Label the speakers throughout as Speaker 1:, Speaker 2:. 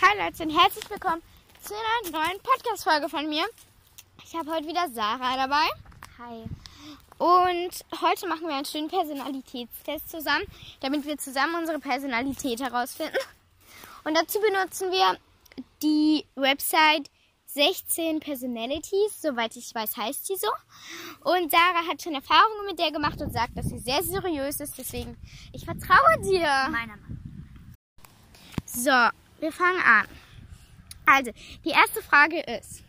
Speaker 1: Hi Leute und herzlich willkommen zu einer neuen Podcast-Folge von mir. Ich habe heute wieder Sarah dabei
Speaker 2: Hi.
Speaker 1: und heute machen wir einen schönen Personalitätstest zusammen, damit wir zusammen unsere Personalität herausfinden. Und dazu benutzen wir die Website 16 Personalities, soweit ich weiß, heißt die so. Und Sarah hat schon Erfahrungen mit der gemacht und sagt, dass sie sehr seriös ist, deswegen ich vertraue dir.
Speaker 2: Meiner Meinung.
Speaker 1: So, wir fangen an. Also, die erste Frage ist,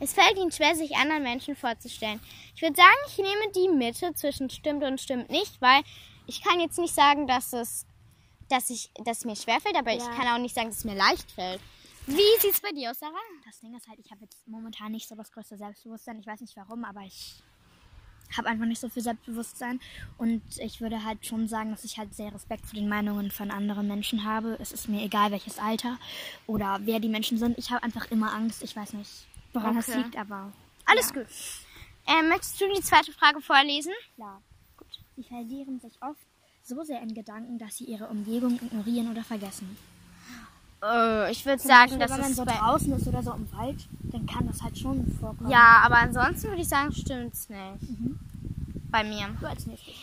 Speaker 1: es fällt Ihnen schwer, sich anderen Menschen vorzustellen. Ich würde sagen, ich nehme die Mitte zwischen stimmt und stimmt nicht, weil ich kann jetzt nicht sagen, dass es, dass ich, dass es mir schwer fällt, aber ich
Speaker 2: Ja.
Speaker 1: kann auch nicht sagen, dass es mir leicht fällt. Wie sieht's bei dir aus, Sarah?
Speaker 2: Das Ding ist halt, ich habe jetzt momentan nicht so das größte Selbstbewusstsein. Ich weiß nicht warum, aber ich habe einfach nicht so viel Selbstbewusstsein. Und ich würde halt schon sagen, dass ich halt sehr Respekt vor den Meinungen von anderen Menschen habe. Es ist mir egal, welches Alter oder wer die Menschen sind. Ich habe einfach immer Angst. Ich weiß nicht, woran das
Speaker 1: Okay.
Speaker 2: liegt, aber
Speaker 1: Alles gut. Ähm, möchtest du die zweite Frage vorlesen?
Speaker 2: klar. Gut. Sie verlieren sich oft so sehr in Gedanken, dass sie ihre Umgebung ignorieren oder vergessen.
Speaker 1: Äh, ich würde
Speaker 2: Zum
Speaker 1: sagen,
Speaker 2: Beispiel,
Speaker 1: dass
Speaker 2: wenn man
Speaker 1: es
Speaker 2: so
Speaker 1: bei-
Speaker 2: draußen ist oder so im Wald, dann kann das halt schon vorkommen.
Speaker 1: ja, aber ansonsten würde ich sagen, stimmt's nicht. Bei mir.
Speaker 2: Du als nächstes.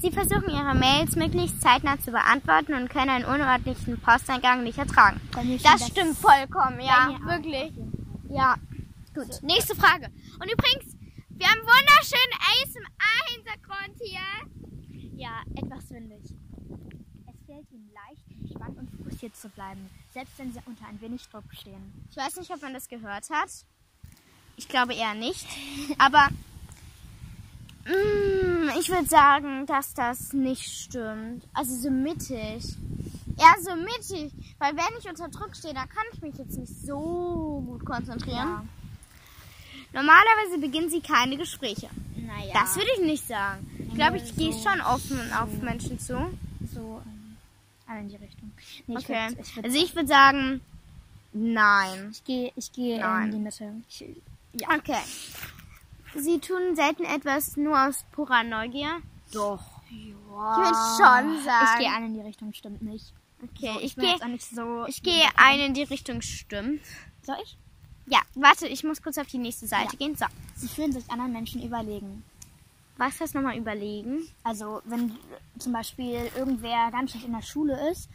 Speaker 1: Sie versuchen ihre Mails möglichst zeitnah zu beantworten und können einen unordentlichen Posteingang nicht ertragen.
Speaker 2: Bei mir
Speaker 1: Das
Speaker 2: schon das-
Speaker 1: stimmt vollkommen, ja,
Speaker 2: mir auch.
Speaker 1: wirklich. Ja, gut. Nächste Frage. Und übrigens, wir haben wunderschönen Ace im A-Hintergrund hier.
Speaker 2: Ja, etwas windig. Es fällt ihnen leicht, entspannt und fokussiert zu bleiben, selbst wenn sie unter ein wenig Druck stehen.
Speaker 1: Ich weiß nicht, ob man das gehört hat. Ich glaube eher nicht. Aber mm, ich würde sagen, dass das nicht stimmt. Also so mittig. Ja, so mittig. Weil wenn ich unter Druck stehe, da kann ich mich jetzt nicht so gut konzentrieren.
Speaker 2: Ja.
Speaker 1: Normalerweise beginnen sie keine Gespräche.
Speaker 2: Naja,
Speaker 1: Das würde ich nicht sagen. Ich glaube, ich gehe schon offen auf Menschen zu.
Speaker 2: so ähm, ah, in die Richtung. Nee, ich
Speaker 1: Okay.
Speaker 2: würd- ich würd-
Speaker 1: Also ich würde sagen, nein.
Speaker 2: ich gehe ich geh
Speaker 1: Nein.
Speaker 2: in die Mitte. Ich,
Speaker 1: Okay. Sie tun selten etwas nur aus purer Neugier.
Speaker 2: Doch.
Speaker 1: Ich würde schon
Speaker 2: Ich
Speaker 1: sagen.
Speaker 2: gehe an in die Richtung, stimmt nicht.
Speaker 1: okay,
Speaker 2: So,
Speaker 1: ich
Speaker 2: bin
Speaker 1: gehe
Speaker 2: jetzt auch nicht so.
Speaker 1: ich gehe ein in die Richtung stimmt.
Speaker 2: Soll ich?
Speaker 1: Ja, warte, ich muss kurz auf die nächste Seite
Speaker 2: Ja.
Speaker 1: gehen. So,
Speaker 2: Sie fühlen sich anderen Menschen überlegen.
Speaker 1: was heißt nochmal überlegen?
Speaker 2: Also, wenn zum Beispiel irgendwer ganz schlecht in der Schule ist,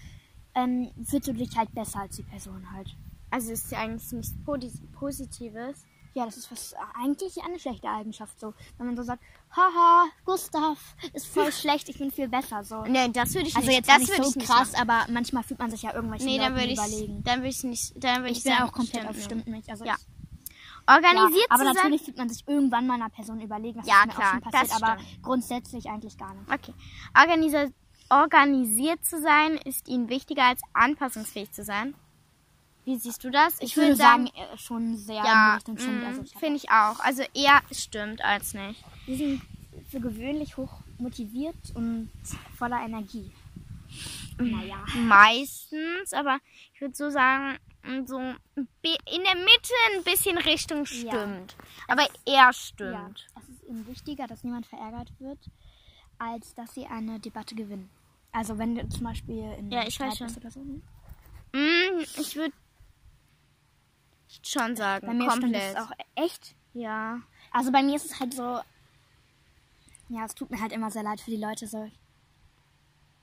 Speaker 2: ähm, fühlst du dich halt besser als die Person halt.
Speaker 1: Also ist ja eigentlich nichts Posi- Positives.
Speaker 2: Ja, das ist was eigentlich eine schlechte Eigenschaft. So, wenn man so sagt, haha, Gustav ist voll schlecht, ich bin viel besser. So.
Speaker 1: Nee, das würde ich
Speaker 2: Also
Speaker 1: nicht.
Speaker 2: jetzt
Speaker 1: das
Speaker 2: das nicht
Speaker 1: würde
Speaker 2: so
Speaker 1: ich nicht
Speaker 2: krass, aber manchmal fühlt man sich ja
Speaker 1: machen.
Speaker 2: irgendwelche
Speaker 1: Nee, dann
Speaker 2: Leuten
Speaker 1: würde ich
Speaker 2: überlegen.
Speaker 1: dann würde ich nicht, dann würde ich,
Speaker 2: Ich bin
Speaker 1: sagen,
Speaker 2: auch komplett auf
Speaker 1: nicht.
Speaker 2: stimmt nicht. Also
Speaker 1: Ja.
Speaker 2: ich,
Speaker 1: Organisiert
Speaker 2: ja, aber
Speaker 1: zu sein.
Speaker 2: natürlich fühlt man sich irgendwann mal einer Person überlegen, was
Speaker 1: Ja,
Speaker 2: mir
Speaker 1: klar,
Speaker 2: auch schon passiert,
Speaker 1: das
Speaker 2: aber grundsätzlich eigentlich gar nicht.
Speaker 1: Okay. Organisa organisiert zu sein ist ihnen wichtiger als anpassungsfähig zu sein. Wie siehst du das?
Speaker 2: Ich, würde sagen, äh, schon sehr
Speaker 1: ja,
Speaker 2: in die Richtung stimmt.
Speaker 1: mm,
Speaker 2: Also ich hab
Speaker 1: finde ich auch. Also eher stimmt als nicht.
Speaker 2: Die sind für gewöhnlich hoch motiviert und voller Energie.
Speaker 1: Mm.
Speaker 2: Naja.
Speaker 1: Meistens, aber ich würde so sagen, mm, so ein bi- in der Mitte ein bisschen Richtung stimmt. Aber eher
Speaker 2: Ja,
Speaker 1: stimmt.
Speaker 2: es ist ihnen wichtiger, dass niemand verärgert wird, als dass sie eine Debatte gewinnen. Also wenn du zum Beispiel in
Speaker 1: Ja,
Speaker 2: einem
Speaker 1: ich weiß
Speaker 2: Streit bist
Speaker 1: schon.
Speaker 2: oder so. ne?
Speaker 1: Mm, ich würde schon sagen,
Speaker 2: Bei mir stimmt
Speaker 1: komplett.
Speaker 2: es auch e- echt.
Speaker 1: Ja.
Speaker 2: Also bei mir ist es halt so, ja, es tut mir halt immer sehr leid für die Leute. So.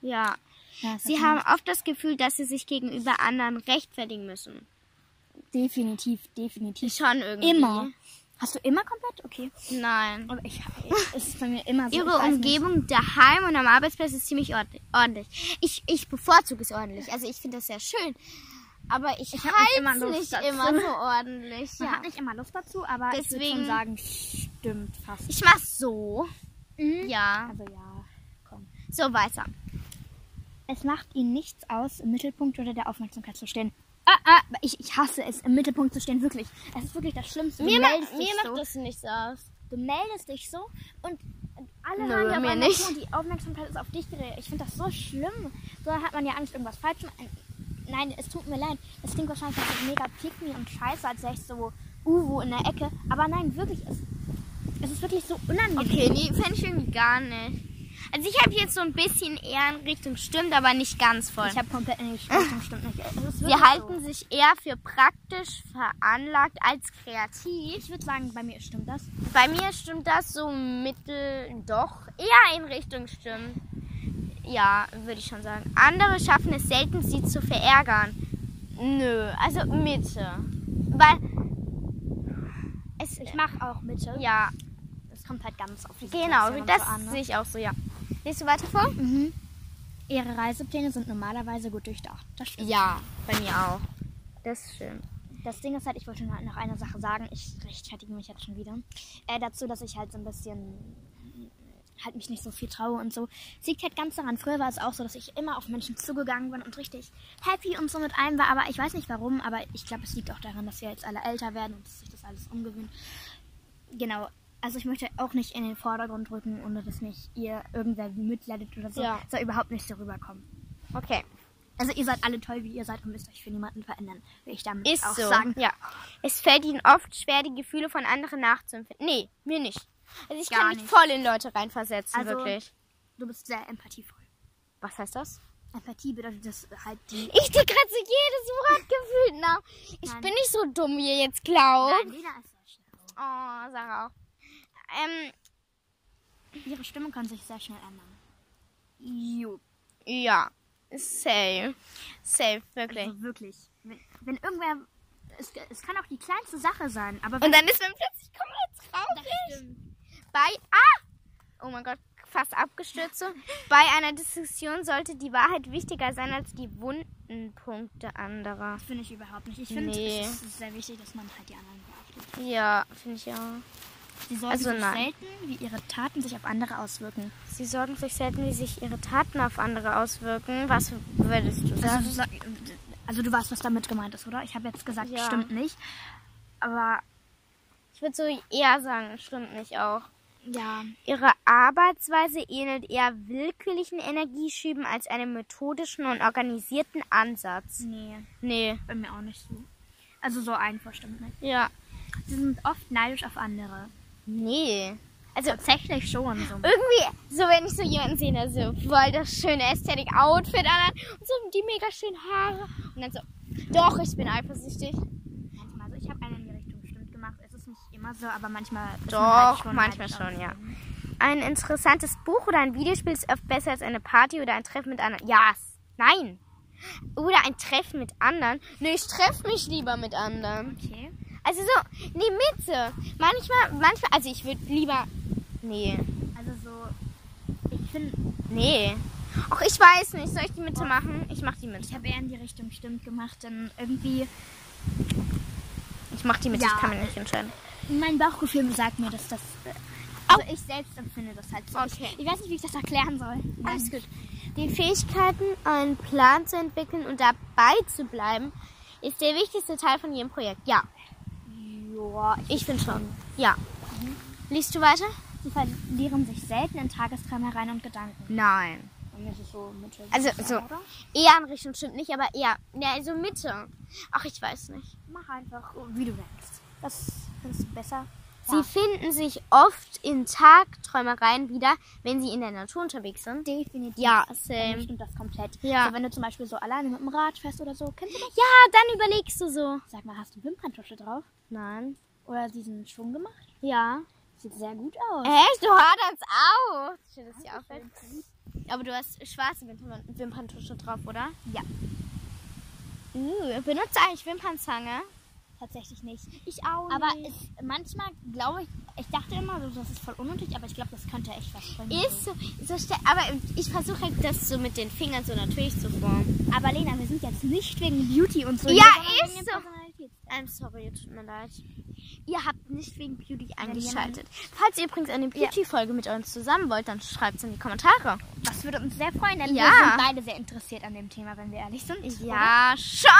Speaker 1: Ja.
Speaker 2: Ja, es
Speaker 1: Sie
Speaker 2: hat
Speaker 1: haben oft das Gefühl, dass sie sich gegenüber anderen rechtfertigen müssen.
Speaker 2: definitiv, definitiv.
Speaker 1: Schon irgendwie.
Speaker 2: Immer. Hast du immer komplett? Okay.
Speaker 1: Nein.
Speaker 2: Aber ich, es ist bei mir immer so. Also ich
Speaker 1: Ihre
Speaker 2: weiß nicht.
Speaker 1: Umgebung daheim und am Arbeitsplatz ist ziemlich ordentlich. ordentlich. Ich, ich bevorzuge es ordentlich. Also ich finde das sehr schön. Aber ich, ich
Speaker 2: hab nicht immer
Speaker 1: halte
Speaker 2: Lust
Speaker 1: nicht
Speaker 2: dazu.
Speaker 1: immer so ordentlich.
Speaker 2: Man
Speaker 1: Ja.
Speaker 2: hat nicht immer Lust dazu, aber ich würde
Speaker 1: Deswegen-
Speaker 2: schon sagen, stimmt fast.
Speaker 1: Ich mach's so. Ja.
Speaker 2: Also ja, komm.
Speaker 1: So weiter.
Speaker 2: Es macht ihnen nichts aus, im Mittelpunkt oder der Aufmerksamkeit zu stehen. Ah, ah, ich, ich hasse es, im Mittelpunkt zu stehen, wirklich. Es ist wirklich das Schlimmste. Du
Speaker 1: Mir, ma
Speaker 2: meldest
Speaker 1: mir
Speaker 2: dich
Speaker 1: macht
Speaker 2: so.
Speaker 1: das nichts aus.
Speaker 2: Du meldest dich so und alle
Speaker 1: Nö,
Speaker 2: hören dir auf
Speaker 1: mir
Speaker 2: einmal
Speaker 1: nicht.
Speaker 2: zu und die Aufmerksamkeit ist auf dich geredet. Ich finde das so schlimm. So hat man ja Angst, irgendwas falsch zu machen. Nein, es tut mir leid. Das klingt wahrscheinlich als mega pick me und scheiße, als wäre ich so Uwo in der Ecke. Aber nein, wirklich, es, es ist wirklich so unangenehm.
Speaker 1: Okay, nee, finde ich irgendwie gar nicht. Also ich habe jetzt so ein bisschen eher in Richtung stimmt, aber nicht ganz voll.
Speaker 2: Ich habe komplett nicht. Das stimmt nicht. Es ist
Speaker 1: Sie
Speaker 2: wirklich
Speaker 1: halten sich eher für praktisch veranlagt als kreativ.
Speaker 2: Ich würde sagen, bei mir stimmt das.
Speaker 1: Bei mir stimmt das so mittel, doch eher in Richtung stimmt. Ja, würde ich schon sagen. Andere schaffen es selten, sie zu verärgern. Nö, also Mitte. Weil es,
Speaker 2: Ich mache auch Mitte.
Speaker 1: ja,
Speaker 2: Es kommt halt ganz auf die
Speaker 1: genau,
Speaker 2: Situation und
Speaker 1: das
Speaker 2: so an. Ne?
Speaker 1: sehe ich auch so, ja. Liest du weiter vor?
Speaker 2: Ihre Reisepläne sind normalerweise gut durchdacht. Das stimmt.
Speaker 1: Ja, bei mir auch. Das ist schön.
Speaker 2: Das Ding ist halt, ich wollte noch noch eine Sache sagen. Ich rechtfertige mich jetzt schon wieder. Äh, dazu, dass ich halt so ein bisschen äh, halt mich nicht so viel traue und so. Es liegt halt ganz daran. Früher war es auch so, dass ich immer auf Menschen zugegangen bin und richtig happy und so mit allem war. Aber ich weiß nicht warum, aber ich glaube, es liegt auch daran, dass wir jetzt alle älter werden und dass sich das alles umgewöhnt. Genau. Also ich möchte auch nicht in den Vordergrund rücken, ohne dass mich ihr irgendwer mitleidet oder so.
Speaker 1: Ja.
Speaker 2: Soll überhaupt nicht so rüberkommen.
Speaker 1: Okay.
Speaker 2: Also ihr seid alle toll, wie ihr seid und müsst euch für niemanden verändern, will ich damit
Speaker 1: Ist
Speaker 2: auch
Speaker 1: so.
Speaker 2: sagen.
Speaker 1: Ja. Es fällt ihnen oft schwer, die Gefühle von anderen nachzuempfinden. Nee, mir nicht. Also ich
Speaker 2: Gar
Speaker 1: kann mich
Speaker 2: nicht.
Speaker 1: voll in Leute reinversetzen,
Speaker 2: Also-
Speaker 1: wirklich.
Speaker 2: Du bist sehr empathievoll.
Speaker 1: Was heißt das?
Speaker 2: Empathie bedeutet, dass halt die.
Speaker 1: Ich dekratze jedes Wort gefühlt nach. Ich
Speaker 2: Nein.
Speaker 1: bin nicht so dumm, wie ihr jetzt glaubt.
Speaker 2: Nein, Lena ist sehr schlau.
Speaker 1: Oh, Sarah auch. Ähm,
Speaker 2: Ihre Stimme kann sich sehr schnell ändern. Jo.
Speaker 1: ja. Safe. Safe, wirklich.
Speaker 2: Also wirklich. Wenn, wenn irgendwer. Es, es kann auch die kleinste Sache sein, aber wenn.
Speaker 1: Und dann ist man plötzlich komplett traurig. Bei. Ah! Oh mein Gott, fast abgestürzt. so. Bei einer Diskussion sollte die Wahrheit wichtiger sein als die wunden Punkte anderer.
Speaker 2: Das finde ich überhaupt nicht. Ich finde,
Speaker 1: Nee.
Speaker 2: es ist sehr wichtig, dass man halt die anderen beachtet.
Speaker 1: Ja, finde ich auch.
Speaker 2: Sie sollten
Speaker 1: Also
Speaker 2: sich
Speaker 1: nein.
Speaker 2: selten, wie ihre Taten sich auf andere auswirken.
Speaker 1: Sie sorgen sich selten, wie sich ihre Taten auf andere auswirken. Was würdest du sagen?
Speaker 2: Also, sa- also du weißt, was damit gemeint ist, oder? Ich habe jetzt gesagt,
Speaker 1: Ja.
Speaker 2: stimmt nicht. Aber
Speaker 1: Ich würde so eher sagen, stimmt nicht auch.
Speaker 2: ja,
Speaker 1: Ihre Arbeitsweise ähnelt eher willkürlichen Energieschüben als einem methodischen und organisierten Ansatz.
Speaker 2: nee,
Speaker 1: Nee.
Speaker 2: bei mir auch nicht so. Also so einfach stimmt nicht.
Speaker 1: Ja.
Speaker 2: Sie sind oft neidisch auf andere.
Speaker 1: Nee. Also
Speaker 2: Tatsächlich schon so.
Speaker 1: Äh. irgendwie, so wenn ich so jemanden sehe, der so voll das schöne Ästhetik-Outfit anhat und so die mega schönen Haare und dann so, doch, ich bin eifersüchtig.
Speaker 2: Manchmal so. Ich habe einen in die Richtung bestimmt gemacht. Es ist nicht immer so, aber manchmal. Ist
Speaker 1: Doch,
Speaker 2: man halt
Speaker 1: manchmal
Speaker 2: neidisch
Speaker 1: schon,
Speaker 2: auf
Speaker 1: ja.
Speaker 2: andere.
Speaker 1: Ein interessantes Buch oder ein Videospiel ist oft besser als eine Party oder ein Treffen mit anderen. Ja, s- nein. Oder ein Treffen mit anderen. Nö, ich treffe mich lieber mit anderen.
Speaker 2: Okay.
Speaker 1: Also so, nee, Mitte. Manchmal, manchmal, also ich würde lieber, nee,
Speaker 2: Also so. Ich finde,
Speaker 1: nee. Ach, ich weiß nicht, soll ich die Mitte machen? Ich mach die
Speaker 2: ich
Speaker 1: Mitte.
Speaker 2: habe eher in die Richtung stimmt gemacht, denn irgendwie.
Speaker 1: Ich mach die Mitte,
Speaker 2: Ja.
Speaker 1: ich kann mich nicht entscheiden.
Speaker 2: Mein Bauchgefühl sagt mir, dass das. äh, Also ich selbst empfinde das halt so.
Speaker 1: Okay.
Speaker 2: Ich, ich weiß nicht, wie ich das erklären soll.
Speaker 1: Alles gut. Die Fähigkeiten, einen Plan zu entwickeln und dabei zu bleiben, ist der wichtigste Teil von jedem Projekt. Ja,
Speaker 2: Ja, ich,
Speaker 1: ich bin schon. Ja. Liest du weiter?
Speaker 2: sie verlieren sich selten in Tagesträumereien und Gedanken.
Speaker 1: Nein.
Speaker 2: Und das ist so mit
Speaker 1: Also so eher in Richtung stimmt nicht, aber eher. Ne, also Mitte. Ach, ich weiß nicht.
Speaker 2: Mach einfach, wie du denkst. Das findest du besser.
Speaker 1: Sie finden sich oft in Tagträumereien wieder, wenn sie in der Natur unterwegs sind.
Speaker 2: Definitiv.
Speaker 1: Ja,
Speaker 2: Bei
Speaker 1: same.
Speaker 2: mir stimmt das komplett.
Speaker 1: Ähm. Ja.
Speaker 2: So, wenn du zum Beispiel so alleine mit dem Rad fährst oder so, kennst du das?
Speaker 1: Ja, dann überlegst du so.
Speaker 2: Sag mal, hast du Wimperntusche drauf?
Speaker 1: Nein.
Speaker 2: Oder diesen Schwung gemacht?
Speaker 1: Ja.
Speaker 2: Sieht sehr gut aus.
Speaker 1: Echt? Du hörst auf. Schön, dass dir auffällt. Aber du hast schwarze Wimpern Wimperntusche drauf, oder?
Speaker 2: Ja.
Speaker 1: Uh, benutzt eigentlich Wimpernzange?
Speaker 2: Tatsächlich nicht.
Speaker 1: Ich auch
Speaker 2: Aber
Speaker 1: nicht.
Speaker 2: es, manchmal glaube ich, ich dachte immer, so, das ist voll unnötig, aber ich glaube, das könnte echt was bringen.
Speaker 1: Ist so, so ste- aber ich versuche halt das so mit den Fingern so natürlich zu formen.
Speaker 2: Aber Lena, wir sind jetzt nicht wegen Beauty und so.
Speaker 1: Ja,
Speaker 2: hier, sondern
Speaker 1: ist
Speaker 2: wegen
Speaker 1: so.
Speaker 2: Personalität.
Speaker 1: I'm sorry, tut mir leid. Ihr habt nicht wegen Beauty
Speaker 2: eingeschaltet.
Speaker 1: eingeschaltet. Falls ihr übrigens eine Beauty-Folge mit uns zusammen wollt, dann schreibt es in die Kommentare.
Speaker 2: Das würde uns sehr freuen, denn
Speaker 1: Ja.
Speaker 2: wir sind beide sehr interessiert an dem Thema, wenn wir ehrlich sind. oder?
Speaker 1: Ja, schon.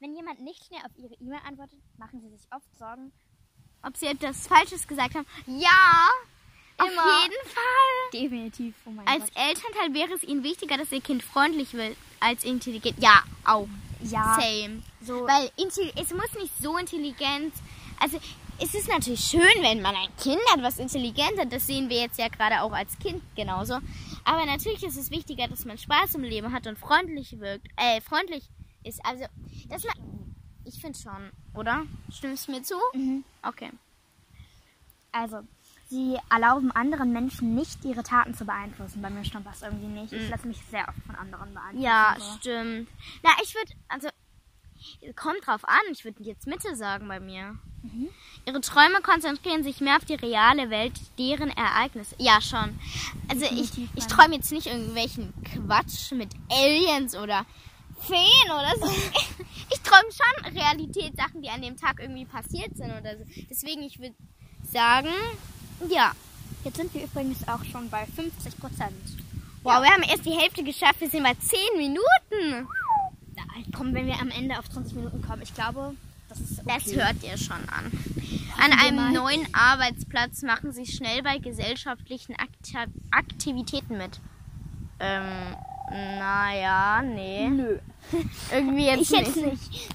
Speaker 2: Wenn jemand nicht schnell auf ihre E-Mail antwortet, machen sie sich oft Sorgen.
Speaker 1: Ob sie etwas Falsches gesagt haben? Ja,
Speaker 2: Immer.
Speaker 1: auf jeden Fall.
Speaker 2: Definitiv. Oh mein
Speaker 1: Als
Speaker 2: Gott.
Speaker 1: Elternteil wäre es ihnen wichtiger, dass ihr Kind freundlich wird als intelligent. Ja, auch.
Speaker 2: Ja.
Speaker 1: Same.
Speaker 2: So,
Speaker 1: Weil Intelli- es muss nicht so intelligent. Also es ist natürlich schön, wenn man ein Kind hat, was intelligent hat. Das sehen wir jetzt ja gerade auch als Kind genauso. Aber natürlich ist es wichtiger, dass man Spaß im Leben hat und freundlich wirkt, äh, freundlich ist. Also, dass man, ich finde schon, oder? Stimmst du mir zu?
Speaker 2: Mhm.
Speaker 1: Okay.
Speaker 2: Also, sie erlauben anderen Menschen nicht, ihre Taten zu beeinflussen. Bei mir stand das irgendwie nicht. Ich lasse mich sehr oft von anderen beeinflussen.
Speaker 1: Ja,
Speaker 2: so.
Speaker 1: stimmt. Na, ich würde, also, kommt drauf an, ich würde jetzt Mitte sagen bei mir. Ihre Träume konzentrieren sich mehr auf die reale Welt, deren Ereignisse. Ja, schon. Also ich,
Speaker 2: Definitiv,
Speaker 1: ich
Speaker 2: Mann.
Speaker 1: träume jetzt nicht irgendwelchen Quatsch mit Aliens oder Feen oder so. Ich träume schon Realitätssachen, die an dem Tag irgendwie passiert sind oder so. Deswegen, ich würde sagen, ja.
Speaker 2: Jetzt sind wir übrigens auch schon bei 50 Prozent.
Speaker 1: Wow, wir haben erst die Hälfte geschafft. Wir sind bei 10 Minuten.
Speaker 2: Komm, wenn wir am Ende auf 20 Minuten kommen, ich glaube, das ist okay.
Speaker 1: Das hört ihr schon an. An
Speaker 2: wir
Speaker 1: einem
Speaker 2: mal.
Speaker 1: neuen Arbeitsplatz machen sie schnell bei gesellschaftlichen Akta- Aktivitäten mit. Ähm, naja, nee.
Speaker 2: Nö.
Speaker 1: Irgendwie jetzt
Speaker 2: Ich jetzt
Speaker 1: nicht.
Speaker 2: nicht.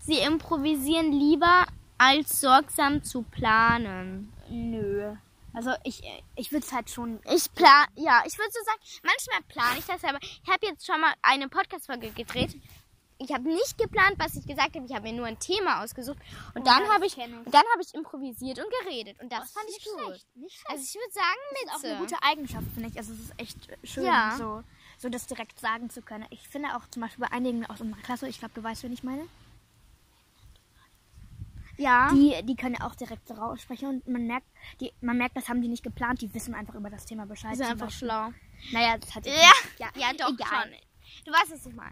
Speaker 1: Sie improvisieren lieber, als sorgsam zu planen.
Speaker 2: Nö. Also ich, ich würde es halt schon.
Speaker 1: Ich plan, ja, ich würde so sagen, manchmal plane ich das, aber ich habe jetzt schon mal eine Podcast-Folge gedreht. Ich habe nicht geplant, was ich gesagt habe. Ich habe mir nur ein Thema ausgesucht. Und
Speaker 2: Oh,
Speaker 1: dann
Speaker 2: ja,
Speaker 1: habe
Speaker 2: das
Speaker 1: ich,
Speaker 2: kenn ich.
Speaker 1: dann habe ich improvisiert und geredet. Und das
Speaker 2: Das
Speaker 1: fand
Speaker 2: ist
Speaker 1: ich
Speaker 2: nicht
Speaker 1: gut.
Speaker 2: schlecht. Nicht schlecht.
Speaker 1: Also ich würde sagen, Mütze.
Speaker 2: Auch eine gute Eigenschaft, finde ich. Also es ist echt schön,
Speaker 1: Ja.
Speaker 2: so, so das direkt sagen zu können. Ich finde auch zum Beispiel bei einigen aus unserer Klasse, ich glaube, du weißt, wen ich meine.
Speaker 1: ja.
Speaker 2: Die, die können auch direkt raussprechen und man merkt, die, man merkt, das haben die nicht geplant. Die wissen einfach über das Thema Bescheid.
Speaker 1: Die sind
Speaker 2: zum
Speaker 1: einfach
Speaker 2: Beispiel.
Speaker 1: schlau.
Speaker 2: Naja, das hat jetzt
Speaker 1: Ja,
Speaker 2: nicht-
Speaker 1: ja, doch
Speaker 2: egal.
Speaker 1: schon. Du weißt es nicht mal.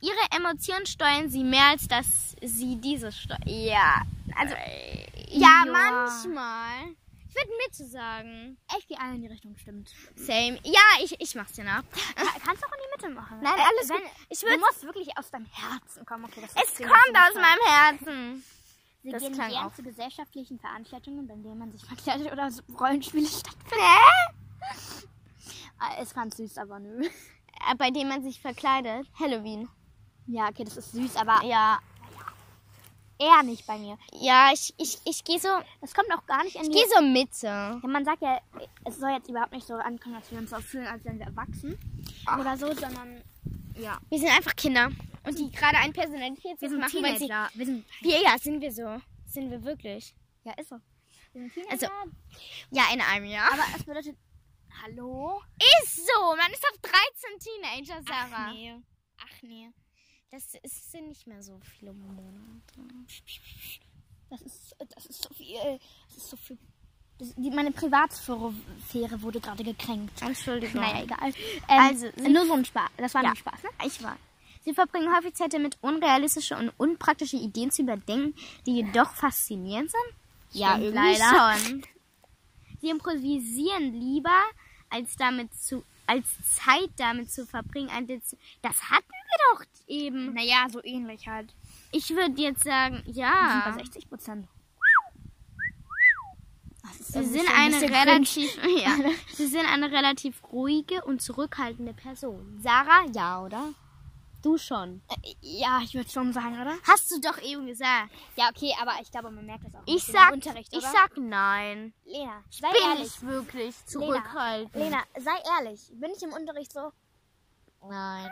Speaker 1: Ihre Emotionen steuern sie mehr, als dass sie diese steuern. Ja, also ja,
Speaker 2: Äh, ja.
Speaker 1: manchmal. Ich würde Mütze sagen.
Speaker 2: Echt die eine in die Richtung stimmt.
Speaker 1: Same. Ja, ich, ich mach's dir nach.
Speaker 2: Ka- Kannst du auch in die Mitte machen.
Speaker 1: Nein,
Speaker 2: Äh,
Speaker 1: alles gut. Ich
Speaker 2: du
Speaker 1: würd-
Speaker 2: musst wirklich aus deinem Herzen kommen. Okay, das ist
Speaker 1: Es
Speaker 2: zehn
Speaker 1: kommt
Speaker 2: Minuten
Speaker 1: aus
Speaker 2: voll.
Speaker 1: meinem Herzen.
Speaker 2: Sie
Speaker 1: das
Speaker 2: gehen
Speaker 1: klang
Speaker 2: gern
Speaker 1: auch.
Speaker 2: zu gesellschaftlichen Veranstaltungen, bei denen man sich verkleidet oder so Rollenspiele stattfinden.
Speaker 1: Hä?
Speaker 2: Ah, ist ganz süß, aber nö.
Speaker 1: Äh, Bei dem man sich verkleidet. Halloween.
Speaker 2: Ja, okay, das ist süß, aber
Speaker 1: Ja.
Speaker 2: eher nicht bei mir.
Speaker 1: Ja, ich, ich, ich gehe so,
Speaker 2: Das kommt auch gar nicht in
Speaker 1: ich
Speaker 2: die...
Speaker 1: geh so Mitte.
Speaker 2: Ja, man sagt ja, es soll jetzt überhaupt nicht so ankommen, dass wir uns so fühlen, als wären wir erwachsen oder so, sondern ja.
Speaker 1: Wir sind einfach Kinder. Und die gerade ein Personalität machen, weil sie
Speaker 2: Wir sind
Speaker 1: Wir, ja, sind wir so. Sind wir wirklich.
Speaker 2: ja, ist so. Wir sind Teenager.
Speaker 1: Also- Ja, in einem Jahr.
Speaker 2: aber es bedeutet Hallo?
Speaker 1: ist so. Man ist auf 13 Teenager, Sarah.
Speaker 2: Ach nee. Ach nee.
Speaker 1: Das ist, sind nicht mehr so viele Monate.
Speaker 2: Das ist das ist so viel, das ist so viel. Das, die, meine Privatsphäre wurde gerade gekränkt.
Speaker 1: Entschuldigung.
Speaker 2: Naja, egal. Ähm,
Speaker 1: Also,
Speaker 2: also,
Speaker 1: sie-
Speaker 2: nur so ein Spaß. Das war
Speaker 1: Ja.
Speaker 2: ein Spaß, ne?
Speaker 1: Ich war. Sie verbringen häufig Zeit damit, unrealistische und unpraktische Ideen zu überdenken, die jedoch faszinierend sind. Ja,
Speaker 2: Stimmt
Speaker 1: irgendwie
Speaker 2: leider.
Speaker 1: schon. Sie improvisieren lieber, als damit zu, als Zeit damit zu verbringen. als jetzt- Das hatten wir doch eben.
Speaker 2: Naja, so ähnlich halt.
Speaker 1: Ich würde jetzt sagen,
Speaker 2: Wir
Speaker 1: ja.
Speaker 2: sind bei 60 Prozent.
Speaker 1: Sie sind eine relativ, ja, sie sind eine relativ ruhige und zurückhaltende Person. Sarah, ja, oder? Du schon.
Speaker 2: Ja, ich würde schon sagen, oder?
Speaker 1: Hast du doch eben gesagt.
Speaker 2: Ja, okay, aber ich glaube, man merkt das auch. ein
Speaker 1: Ich
Speaker 2: bisschen im
Speaker 1: sag,
Speaker 2: Unterricht,
Speaker 1: ich
Speaker 2: oder?
Speaker 1: sag nein.
Speaker 2: Lena, sei
Speaker 1: Bin
Speaker 2: ehrlich.
Speaker 1: ich wirklich
Speaker 2: Lena,
Speaker 1: zurückhaltend?
Speaker 2: Lena, sei ehrlich. Bin ich im Unterricht so?
Speaker 1: Nein.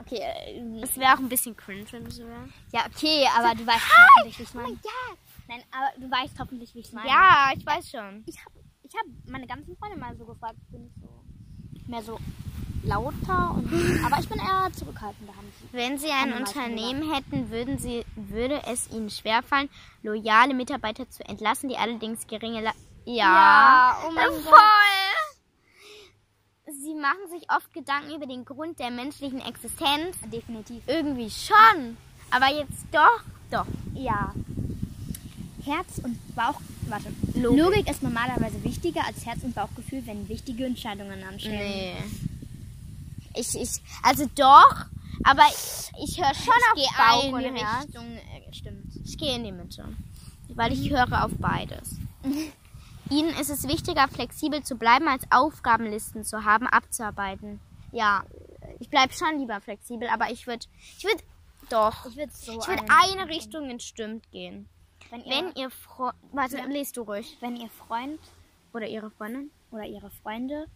Speaker 2: Okay, äh,
Speaker 1: Es wäre auch ein bisschen cringe, Also, wenn du so wärst.
Speaker 2: ja, okay, aber du weißt hoffentlich, wie ich meine.
Speaker 1: Ja.
Speaker 2: Nein, aber du weißt hoffentlich, wie ich meine.
Speaker 1: Ja, ich weiß schon.
Speaker 2: Ich habe ich hab meine ganzen Freunde mal so gefragt, bin ich so mehr so lauter und aber ich bin eher zurückhaltender Hans.
Speaker 1: Wenn Sie ein
Speaker 2: Kann man mal
Speaker 1: Unternehmen hätten, würden Sie, würde es Ihnen schwerfallen, loyale Mitarbeiter zu entlassen, die allerdings geringe... La ja, Äh,
Speaker 2: Ja, oh mein Gott.
Speaker 1: voll. Sie machen sich oft Gedanken über den Grund der menschlichen Existenz.
Speaker 2: Definitiv.
Speaker 1: Irgendwie schon. Aber jetzt doch, doch.
Speaker 2: Ja. Herz und Bauch. Warte.
Speaker 1: Logik.
Speaker 2: Logik, ist normalerweise wichtiger als Herz und Bauchgefühl, wenn wichtige Entscheidungen anstehen.
Speaker 1: Ich, ich, also doch, aber ich, ich höre schon
Speaker 2: Ich
Speaker 1: auf
Speaker 2: gehe
Speaker 1: Bauch
Speaker 2: auch in
Speaker 1: und
Speaker 2: die
Speaker 1: Herz.
Speaker 2: Richtung. Äh, stimmt.
Speaker 1: Ich gehe in die Mitte, weil ich höre auf beides. Ihnen ist es wichtiger, flexibel zu bleiben, als Aufgabenlisten zu haben, abzuarbeiten. Ja, ich bleibe schon lieber flexibel, aber ich würde, ich würde, doch,
Speaker 2: Ich würde so.
Speaker 1: ich würde
Speaker 2: ein-
Speaker 1: eine Richtung ins Stimmt gehen.
Speaker 2: wenn ihr,
Speaker 1: Wenn ihr Freund. Warte,
Speaker 2: Ja.
Speaker 1: lest du ruhig.
Speaker 2: wenn ihr Freund
Speaker 1: Oder ihre Freundin.
Speaker 2: oder ihre Freunde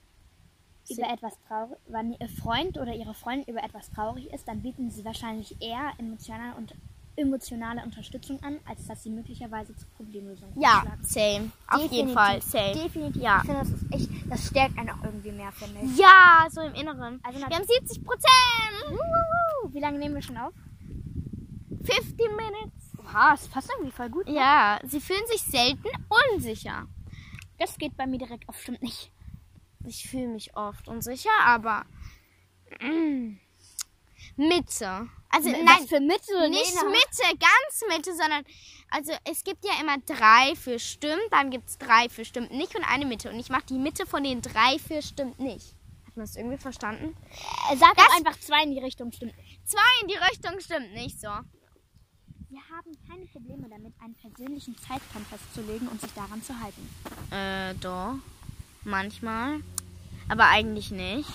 Speaker 1: Sie-
Speaker 2: über etwas traurig, wenn ihr Freund oder ihre Freundin über etwas traurig ist, dann bieten sie wahrscheinlich eher emotionale und emotionale Unterstützung an, als dass sie möglicherweise zur Problemlösung
Speaker 1: Ja,
Speaker 2: beitragen.
Speaker 1: same. Auf jeden
Speaker 2: Definitiv.
Speaker 1: Fall, same.
Speaker 2: Definitiv.
Speaker 1: Ja.
Speaker 2: Ich finde, das ist echt, das stärkt einen auch irgendwie mehr, finde ich.
Speaker 1: Ja, so im Inneren.
Speaker 2: Also
Speaker 1: wir
Speaker 2: nat-
Speaker 1: haben 70 Prozent.
Speaker 2: Wuhu, Wie lange nehmen wir schon auf?
Speaker 1: 50 Minutes.
Speaker 2: Oha, es passt irgendwie voll
Speaker 1: ne?
Speaker 2: gut.
Speaker 1: Ja, sie fühlen sich selten unsicher.
Speaker 2: Das geht bei mir direkt auf, stimmt nicht.
Speaker 1: Ich fühle mich oft unsicher, aber mm, Mitte. Also
Speaker 2: M-
Speaker 1: nein,
Speaker 2: was für Mitte?
Speaker 1: nicht
Speaker 2: Lena?
Speaker 1: Mitte, ganz Mitte, sondern also es gibt ja immer drei für stimmt, dann gibt es drei für stimmt nicht und eine Mitte. Und ich mache die Mitte von den drei für stimmt nicht. Hat man das irgendwie verstanden?
Speaker 2: Äh, Sag
Speaker 1: Das-
Speaker 2: doch einfach zwei in die Richtung, stimmt nicht.
Speaker 1: Zwei in die Richtung stimmt nicht so.
Speaker 2: Wir haben keine Probleme damit, einen persönlichen Zeitplan festzulegen und sich daran zu halten.
Speaker 1: Äh, doch. Manchmal. Aber eigentlich nicht.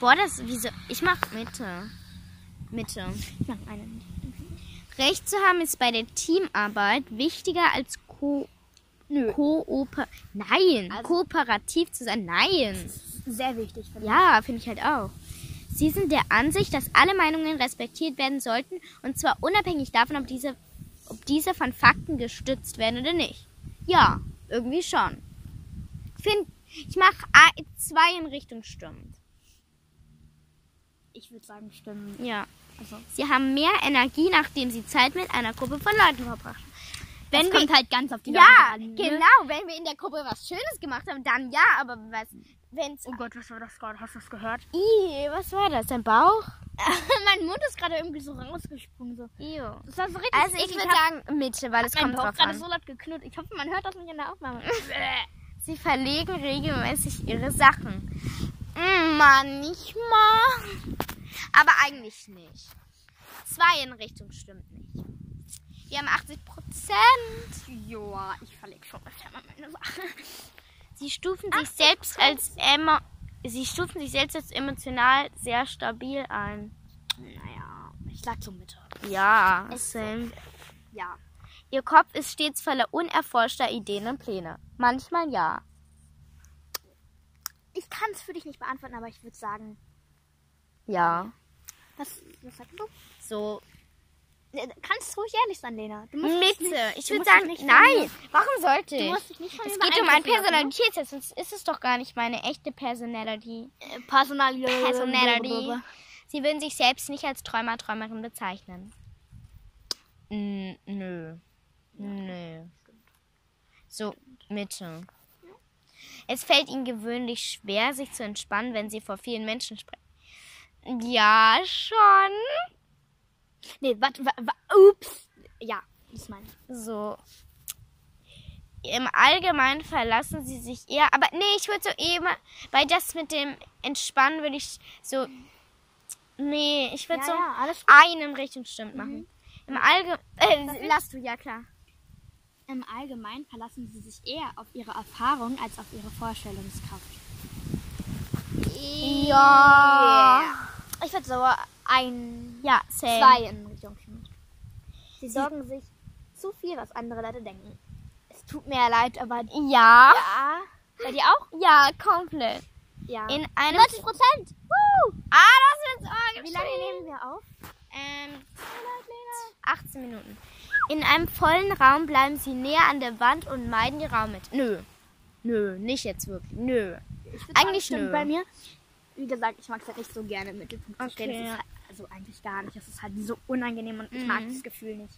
Speaker 1: Boah, das, wieso? Ich mach Mitte. Mitte.
Speaker 2: Ich mache einen.
Speaker 1: Recht zu haben ist bei der Teamarbeit wichtiger als Ko
Speaker 2: Nö.
Speaker 1: Kooper Nein,
Speaker 2: Also-
Speaker 1: kooperativ zu sein. Nein.
Speaker 2: Sehr wichtig, finde ich.
Speaker 1: Ja, finde ich halt auch. Sie sind der Ansicht, dass alle Meinungen respektiert werden sollten und zwar unabhängig davon, ob diese, ob diese von Fakten gestützt werden oder nicht. Ja, irgendwie schon. Find, ich mache zwei in Richtung stimmt.
Speaker 2: Ich würde sagen, stimmen.
Speaker 1: Ja.
Speaker 2: Also,
Speaker 1: Sie haben mehr Energie, nachdem sie Zeit mit einer Gruppe von Leuten verbracht haben. Wenn
Speaker 2: das
Speaker 1: wir-
Speaker 2: kommt halt ganz auf die Leute
Speaker 1: ja,
Speaker 2: an. ne?
Speaker 1: genau. Wenn wir in der Gruppe was Schönes gemacht haben, dann ja. Aber was, wenn's...
Speaker 2: Oh Gott, was war das gerade? Hast du das gehört?
Speaker 1: Ih, was war das? Dein Bauch?
Speaker 2: mein Mund ist gerade irgendwie so rausgesprungen. So.
Speaker 1: Ew.
Speaker 2: Das war so richtig
Speaker 1: Also ich würde sagen Mitte, weil es
Speaker 2: mein
Speaker 1: kommt
Speaker 2: Bauch
Speaker 1: drauf
Speaker 2: gerade
Speaker 1: an.
Speaker 2: so laut geknurrt. Ich hoffe, man hört das nicht in der Aufnahme.
Speaker 1: Sie verlegen regelmäßig ihre Sachen. Mm, Manchmal. Aber eigentlich nicht. Zwei in Richtung stimmt nicht. Wir haben 80 Prozent.
Speaker 2: Joa, ich verleg schon öfter mal meine Sachen.
Speaker 1: Sie stufen sich selbst als emo Sie stufen sich selbst als emotional sehr stabil ein.
Speaker 2: Naja, ich lag zur Mitte.
Speaker 1: Ja,
Speaker 2: Es-
Speaker 1: same.
Speaker 2: Ja.
Speaker 1: Ihr Kopf ist stets voller unerforschter Ideen und Pläne. Manchmal ja.
Speaker 2: Ich kann es für dich nicht beantworten, aber ich würde sagen,
Speaker 1: Ja.
Speaker 2: was, was sagst du?
Speaker 1: So
Speaker 2: Äh, Kannst ruhig ehrlich sein, Lena. Du musst dich
Speaker 1: Mitte.
Speaker 2: nicht-
Speaker 1: Ich
Speaker 2: du
Speaker 1: würde
Speaker 2: musst dich
Speaker 1: sagen,
Speaker 2: nicht von
Speaker 1: nein.
Speaker 2: mir-
Speaker 1: Warum sollte
Speaker 2: Du
Speaker 1: ich?
Speaker 2: musst dich nicht von
Speaker 1: Es
Speaker 2: mir
Speaker 1: geht um einen
Speaker 2: beeinflussen lassen.
Speaker 1: Personalitätstest, sonst ist es doch gar nicht meine echte Personality.
Speaker 2: Äh, Personal
Speaker 1: Personality. Sie würden sich selbst nicht als Träumer, Träumerin bezeichnen. Mm, nö. Nö. So, Mitte. Es fällt ihnen gewöhnlich schwer, sich zu entspannen, wenn sie vor vielen Menschen sprechen. Ja, schon.
Speaker 2: Nee, warte, wa, wa, ups. Ja, das meine ich.
Speaker 1: So. Im Allgemeinen verlassen sie sich eher. Aber nee, ich würde so eben. Bei das mit dem Entspannen würde ich so. Nee, ich würde
Speaker 2: Ja,
Speaker 1: so
Speaker 2: ja, Mhm. alles gut.
Speaker 1: einen Richtung stimmt machen. Im Allgemeinen. Äh,
Speaker 2: Perfekt.
Speaker 1: lass du, ja klar.
Speaker 2: Im Allgemeinen verlassen sie sich eher auf ihre Erfahrung als auf ihre Vorstellungskraft. eh- Oh. Ich würde so ein,
Speaker 1: Ja, same.
Speaker 2: zwei in Richtung Schmied. Sie sorgen sich zu viel, was andere Leute denken. Es tut mir ja leid, aber
Speaker 1: Ja.
Speaker 2: ja. Bei dir auch?
Speaker 1: Ja, komplett.
Speaker 2: Ja.
Speaker 1: In einem.
Speaker 2: 90 Prozent.
Speaker 1: Ah, das wird's auch
Speaker 2: Wie lange nehmen wir auf?
Speaker 1: Ähm, 18 Minuten. In einem vollen Raum bleiben sie näher an der Wand und meiden die Raummitte. Nö. Nö, nicht jetzt wirklich. Nö.
Speaker 2: Ich
Speaker 1: Eigentlich
Speaker 2: würd sagen,
Speaker 1: nö.
Speaker 2: stimmt bei mir. Wie gesagt, ich mag es halt nicht so gerne im Mittelpunkt zu stehen.
Speaker 1: Okay,
Speaker 2: Das
Speaker 1: ja.
Speaker 2: ist halt, also eigentlich gar nicht. Es ist halt so unangenehm und ich mag
Speaker 1: Mhm.
Speaker 2: das Gefühl nicht.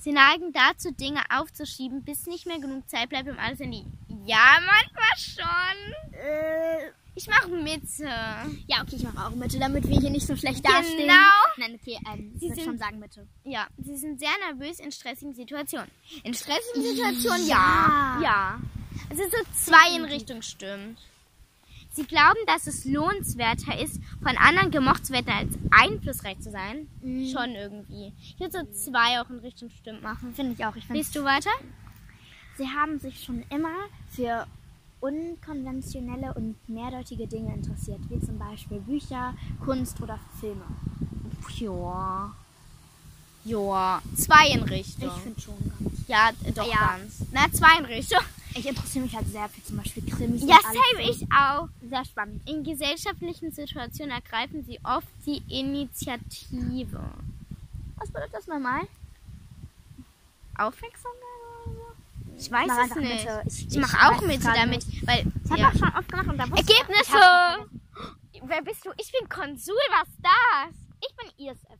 Speaker 1: Sie neigen dazu, Dinge aufzuschieben, bis nicht mehr genug Zeit bleibt, um alles in die. Ja, manchmal schon. Ich mache Mitte.
Speaker 2: ja, okay, ich mache auch Mitte, damit wir hier nicht so schlecht dastehen.
Speaker 1: Genau.
Speaker 2: Nein, okay, ähm, ich
Speaker 1: Sie
Speaker 2: würde
Speaker 1: sind-
Speaker 2: schon sagen Mitte.
Speaker 1: Ja, sie sind sehr nervös in stressigen Situationen. In stressigen Situationen, ja.
Speaker 2: Ja.
Speaker 1: Ja. Also so zwei in Richtung stimmt. Sie glauben, dass es lohnenswerter ist, von anderen gemocht zu werden, als einflussreich zu sein. Schon irgendwie. Ich würde so zwei auch in Richtung stimmt machen.
Speaker 2: Finde ich auch. Ich finde,
Speaker 1: Liest du weiter?
Speaker 2: sie haben sich schon immer für unkonventionelle und mehrdeutige Dinge interessiert, wie zum Beispiel Bücher, Kunst oder Filme.
Speaker 1: Ja. Ja. Zwei in Richtung.
Speaker 2: Ich finde schon ganz.
Speaker 1: Ja, äh, doch
Speaker 2: Ja.
Speaker 1: ganz. Na, zwei in Richtung.
Speaker 2: Ich interessiere mich halt sehr für zum Beispiel Krimis.
Speaker 1: Ja,
Speaker 2: und alles.
Speaker 1: same, ich auch.
Speaker 2: Sehr spannend.
Speaker 1: In gesellschaftlichen Situationen ergreifen sie oft die Initiative. Was bedeutet das nochmal? Aufmerksamkeit oder so? Ich weiß
Speaker 2: Mach
Speaker 1: es
Speaker 2: einfach
Speaker 1: nicht.
Speaker 2: Mitte. Ich-
Speaker 1: Ich,
Speaker 2: ich
Speaker 1: mache auch
Speaker 2: weiß es
Speaker 1: Mitte
Speaker 2: gerade
Speaker 1: damit, weil
Speaker 2: Ich habe
Speaker 1: ja.
Speaker 2: auch schon oft gemacht und da wusste ich-
Speaker 1: Ergebnisse!
Speaker 2: Ich hab's vergessen.
Speaker 1: Wer bist du? Ich bin Konsul, was ist das? Ich bin ISF.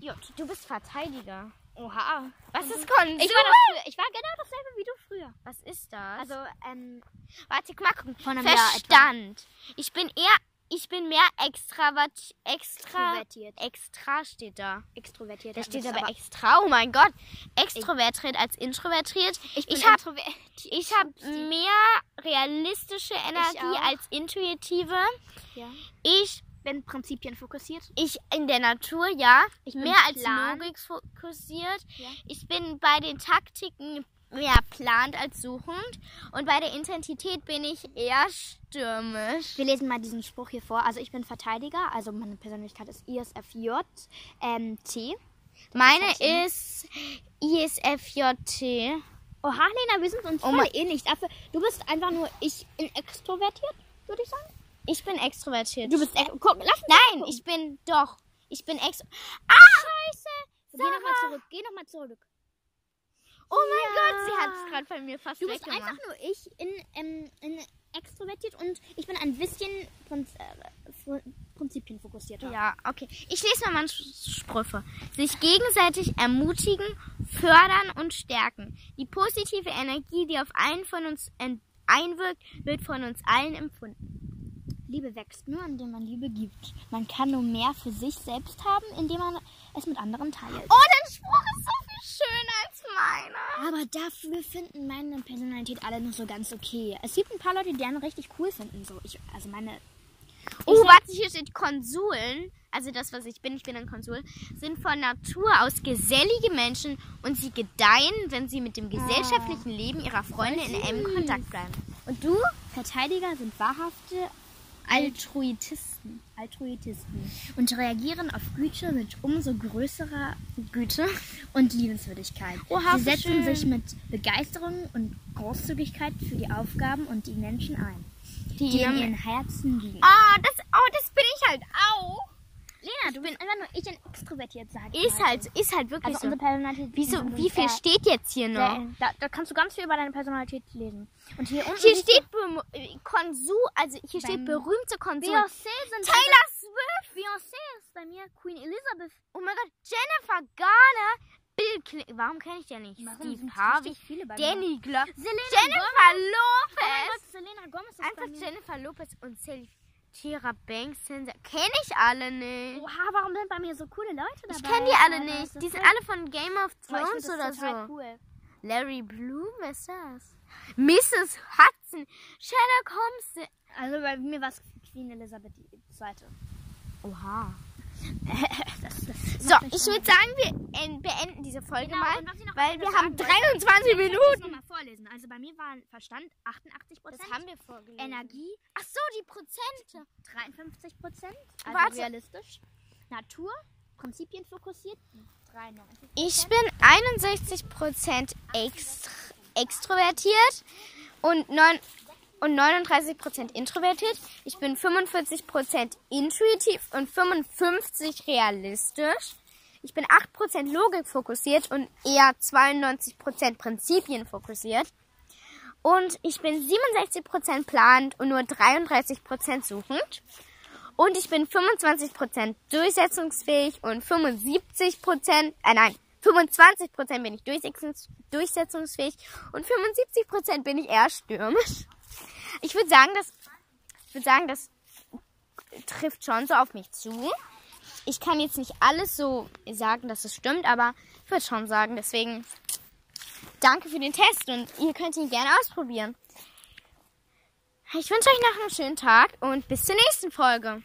Speaker 1: Jut, du bist Verteidiger. Oha. Was ist Konsul?
Speaker 2: Mhm. Ich war, das, ich war genau dasselbe wie du früher.
Speaker 1: was ist das?
Speaker 2: Also, ähm,
Speaker 1: Warte, mal gucken.
Speaker 2: Von einem Jahr etwa.
Speaker 1: Verstand. Ich bin eher, ich bin mehr extravert, extra,
Speaker 2: Extrovertiert.
Speaker 1: extra steht da.
Speaker 2: extrovertiert. Also,
Speaker 1: Da
Speaker 2: Das
Speaker 1: steht
Speaker 2: ist
Speaker 1: aber extra, oh mein Gott. Extrovertiert als introvertiert.
Speaker 2: Ich bin
Speaker 1: ich habe
Speaker 2: introvertiert.
Speaker 1: ich hab
Speaker 2: Upsi.
Speaker 1: mehr realistische Energie
Speaker 2: auch.
Speaker 1: als intuitive.
Speaker 2: Ja.
Speaker 1: Ich,
Speaker 2: Bin Prinzipien fokussiert.
Speaker 1: ich in der Natur, ja.
Speaker 2: Ich bin
Speaker 1: mehr als
Speaker 2: plan.
Speaker 1: Logik fokussiert.
Speaker 2: Ja.
Speaker 1: Ich bin bei den Taktiken mehr plant als suchend. Und bei der Intensität bin ich eher stürmisch.
Speaker 2: Wir lesen mal diesen Spruch hier vor. Also ich bin Verteidiger, also meine Persönlichkeit ist ISFJ, ähm, T.
Speaker 1: Meine
Speaker 2: Was hat die?
Speaker 1: ist ISFJT.
Speaker 2: Oha, Lena, wir sind uns
Speaker 1: Oh
Speaker 2: voll
Speaker 1: mein-
Speaker 2: ähnlich. Dafür, du bist einfach nur ich in extrovertiert, würde ich sagen.
Speaker 1: Ich bin extrovertiert.
Speaker 2: Du bist ex guck, lass uns
Speaker 1: Nein, ich bin doch. Ich bin ex. Ah! Scheiße!
Speaker 2: Geh nochmal
Speaker 1: Sarah!
Speaker 2: zurück, geh nochmal zurück.
Speaker 1: Oh mein
Speaker 2: Ja.
Speaker 1: Gott, sie hat es gerade von mir fast
Speaker 2: Du bist
Speaker 1: weggemacht.
Speaker 2: einfach nur ich in, ähm, in extrovertiert und ich bin ein bisschen Prinz, äh, Fr- Prinzipien fokussierter.
Speaker 1: Ja, okay. Ich lese mal meine Sch- Sprüche. Sich gegenseitig ermutigen, fördern und stärken. Die positive Energie, die auf einen von uns en- einwirkt, wird von uns allen empfunden.
Speaker 2: Liebe wächst nur, indem man Liebe gibt. Man kann nur mehr für sich selbst haben, indem man es mit anderen teilt.
Speaker 1: Oh, dein Spruch ist so viel schöner als meiner.
Speaker 2: Aber dafür finden meine Personalität alle noch so ganz okay. Es gibt ein paar Leute, die einen richtig cool finden. So. Ich, also meine.
Speaker 1: Oh, warte, hier steht Konsuln, also das, was ich bin, ich bin ein Konsul, sind von Natur aus gesellige Menschen und sie gedeihen, wenn sie mit dem gesellschaftlichen Leben ihrer Freunde in engem Kontakt bleiben.
Speaker 2: Und du? Verteidiger sind wahrhafte
Speaker 1: Altruitisten.
Speaker 2: Altruististen und reagieren auf Güte mit umso größerer
Speaker 1: Güte.
Speaker 2: und Liebenswürdigkeit.
Speaker 1: Oha,
Speaker 2: Sie
Speaker 1: wie
Speaker 2: setzen
Speaker 1: schön.
Speaker 2: sich mit Begeisterung und Großzügigkeit für die Aufgaben und die Menschen ein,
Speaker 1: Die,
Speaker 2: die in
Speaker 1: ihrem-
Speaker 2: ihren Herzen liegen.
Speaker 1: Ah, das, oh, das bin ich halt auch.
Speaker 2: Lena, du bist einfach nur ich in extrovertiert, sag ich
Speaker 1: Ist
Speaker 2: mal.
Speaker 1: halt, ist halt wirklich
Speaker 2: Also unsere
Speaker 1: so.
Speaker 2: Personalität.
Speaker 1: Wieso,
Speaker 2: sind
Speaker 1: wie viel
Speaker 2: sehr-
Speaker 1: steht jetzt hier
Speaker 2: sehr-
Speaker 1: noch?
Speaker 2: Da, da kannst du ganz viel über deine Personalität lesen. Und hier unten
Speaker 1: Hier
Speaker 2: siehst
Speaker 1: steht Bem- äh, Konsul, also hier steht
Speaker 2: Beim-
Speaker 1: berühmte
Speaker 2: du,
Speaker 1: Konsul.
Speaker 2: Beyoncé sind
Speaker 1: Taylor Swift.
Speaker 2: Beyoncé ist bei mir Queen Elizabeth.
Speaker 1: Oh mein Gott, Jennifer Garner, Bill Clinton. Warum kenne ich den nicht? Steve Harvey,
Speaker 2: viele bei mir?
Speaker 1: Danny Glover,
Speaker 2: Selena
Speaker 1: Jennifer
Speaker 2: Oh mein
Speaker 1: Lopez.
Speaker 2: Gott, Selena Gomez ist bei
Speaker 1: Einfach
Speaker 2: mir.
Speaker 1: Jennifer Lopez und Sally Tira Banks sind. Kenne ich alle nicht.
Speaker 2: Oha, warum sind bei mir so coole Leute dabei?
Speaker 1: Ich kenne die alle
Speaker 2: Alter,
Speaker 1: nicht.
Speaker 2: ist Oh, das
Speaker 1: Die sind
Speaker 2: voll-
Speaker 1: alle von Game of
Speaker 2: Boah, ich find
Speaker 1: Thrones
Speaker 2: das
Speaker 1: oder
Speaker 2: total
Speaker 1: so.
Speaker 2: Cool.
Speaker 1: Larry Bloom, wer ist das? Mrs. Hudson, Sherlock Holmes.
Speaker 2: Also bei mir war es Queen Elizabeth II.
Speaker 1: Oha.
Speaker 2: Das, das
Speaker 1: So, ich würde sagen, wir en- beenden diese Folge
Speaker 2: Genau,
Speaker 1: mal,
Speaker 2: und was ich noch
Speaker 1: weil
Speaker 2: gerade
Speaker 1: wir
Speaker 2: sagen
Speaker 1: haben
Speaker 2: wollte,
Speaker 1: 23
Speaker 2: Ich
Speaker 1: Minuten.
Speaker 2: muss nochmal vorlesen. Also bei mir waren Verstand 88 Prozent.
Speaker 1: wir vorgelesen.
Speaker 2: Energie
Speaker 1: Ach so, die Prozente.
Speaker 2: 53 Prozent. Also
Speaker 1: Warte.
Speaker 2: realistisch. Natur, Prinzipien fokussiert 93.
Speaker 1: Ich bin 61% ext extrovertiert und, neun und 39% introvertiert. Ich bin 45% intuitiv und 55% realistisch. Ich bin 8% logikfokussiert und eher 92% prinzipienfokussiert. Und ich bin 67% planend und nur 33% suchend. Und ich bin 25% durchsetzungsfähig und 75%, äh nein, 25% bin ich durchsetzungs durchsetzungsfähig und 75% bin ich eher stürmisch. Ich würde sagen, das, ich würde sagen, das trifft schon so auf mich zu. Ich kann jetzt nicht alles so sagen, dass es stimmt, aber ich würde schon sagen, deswegen danke für den Test und ihr könnt ihn gerne ausprobieren. Ich wünsche euch noch einen schönen Tag und bis zur nächsten Folge.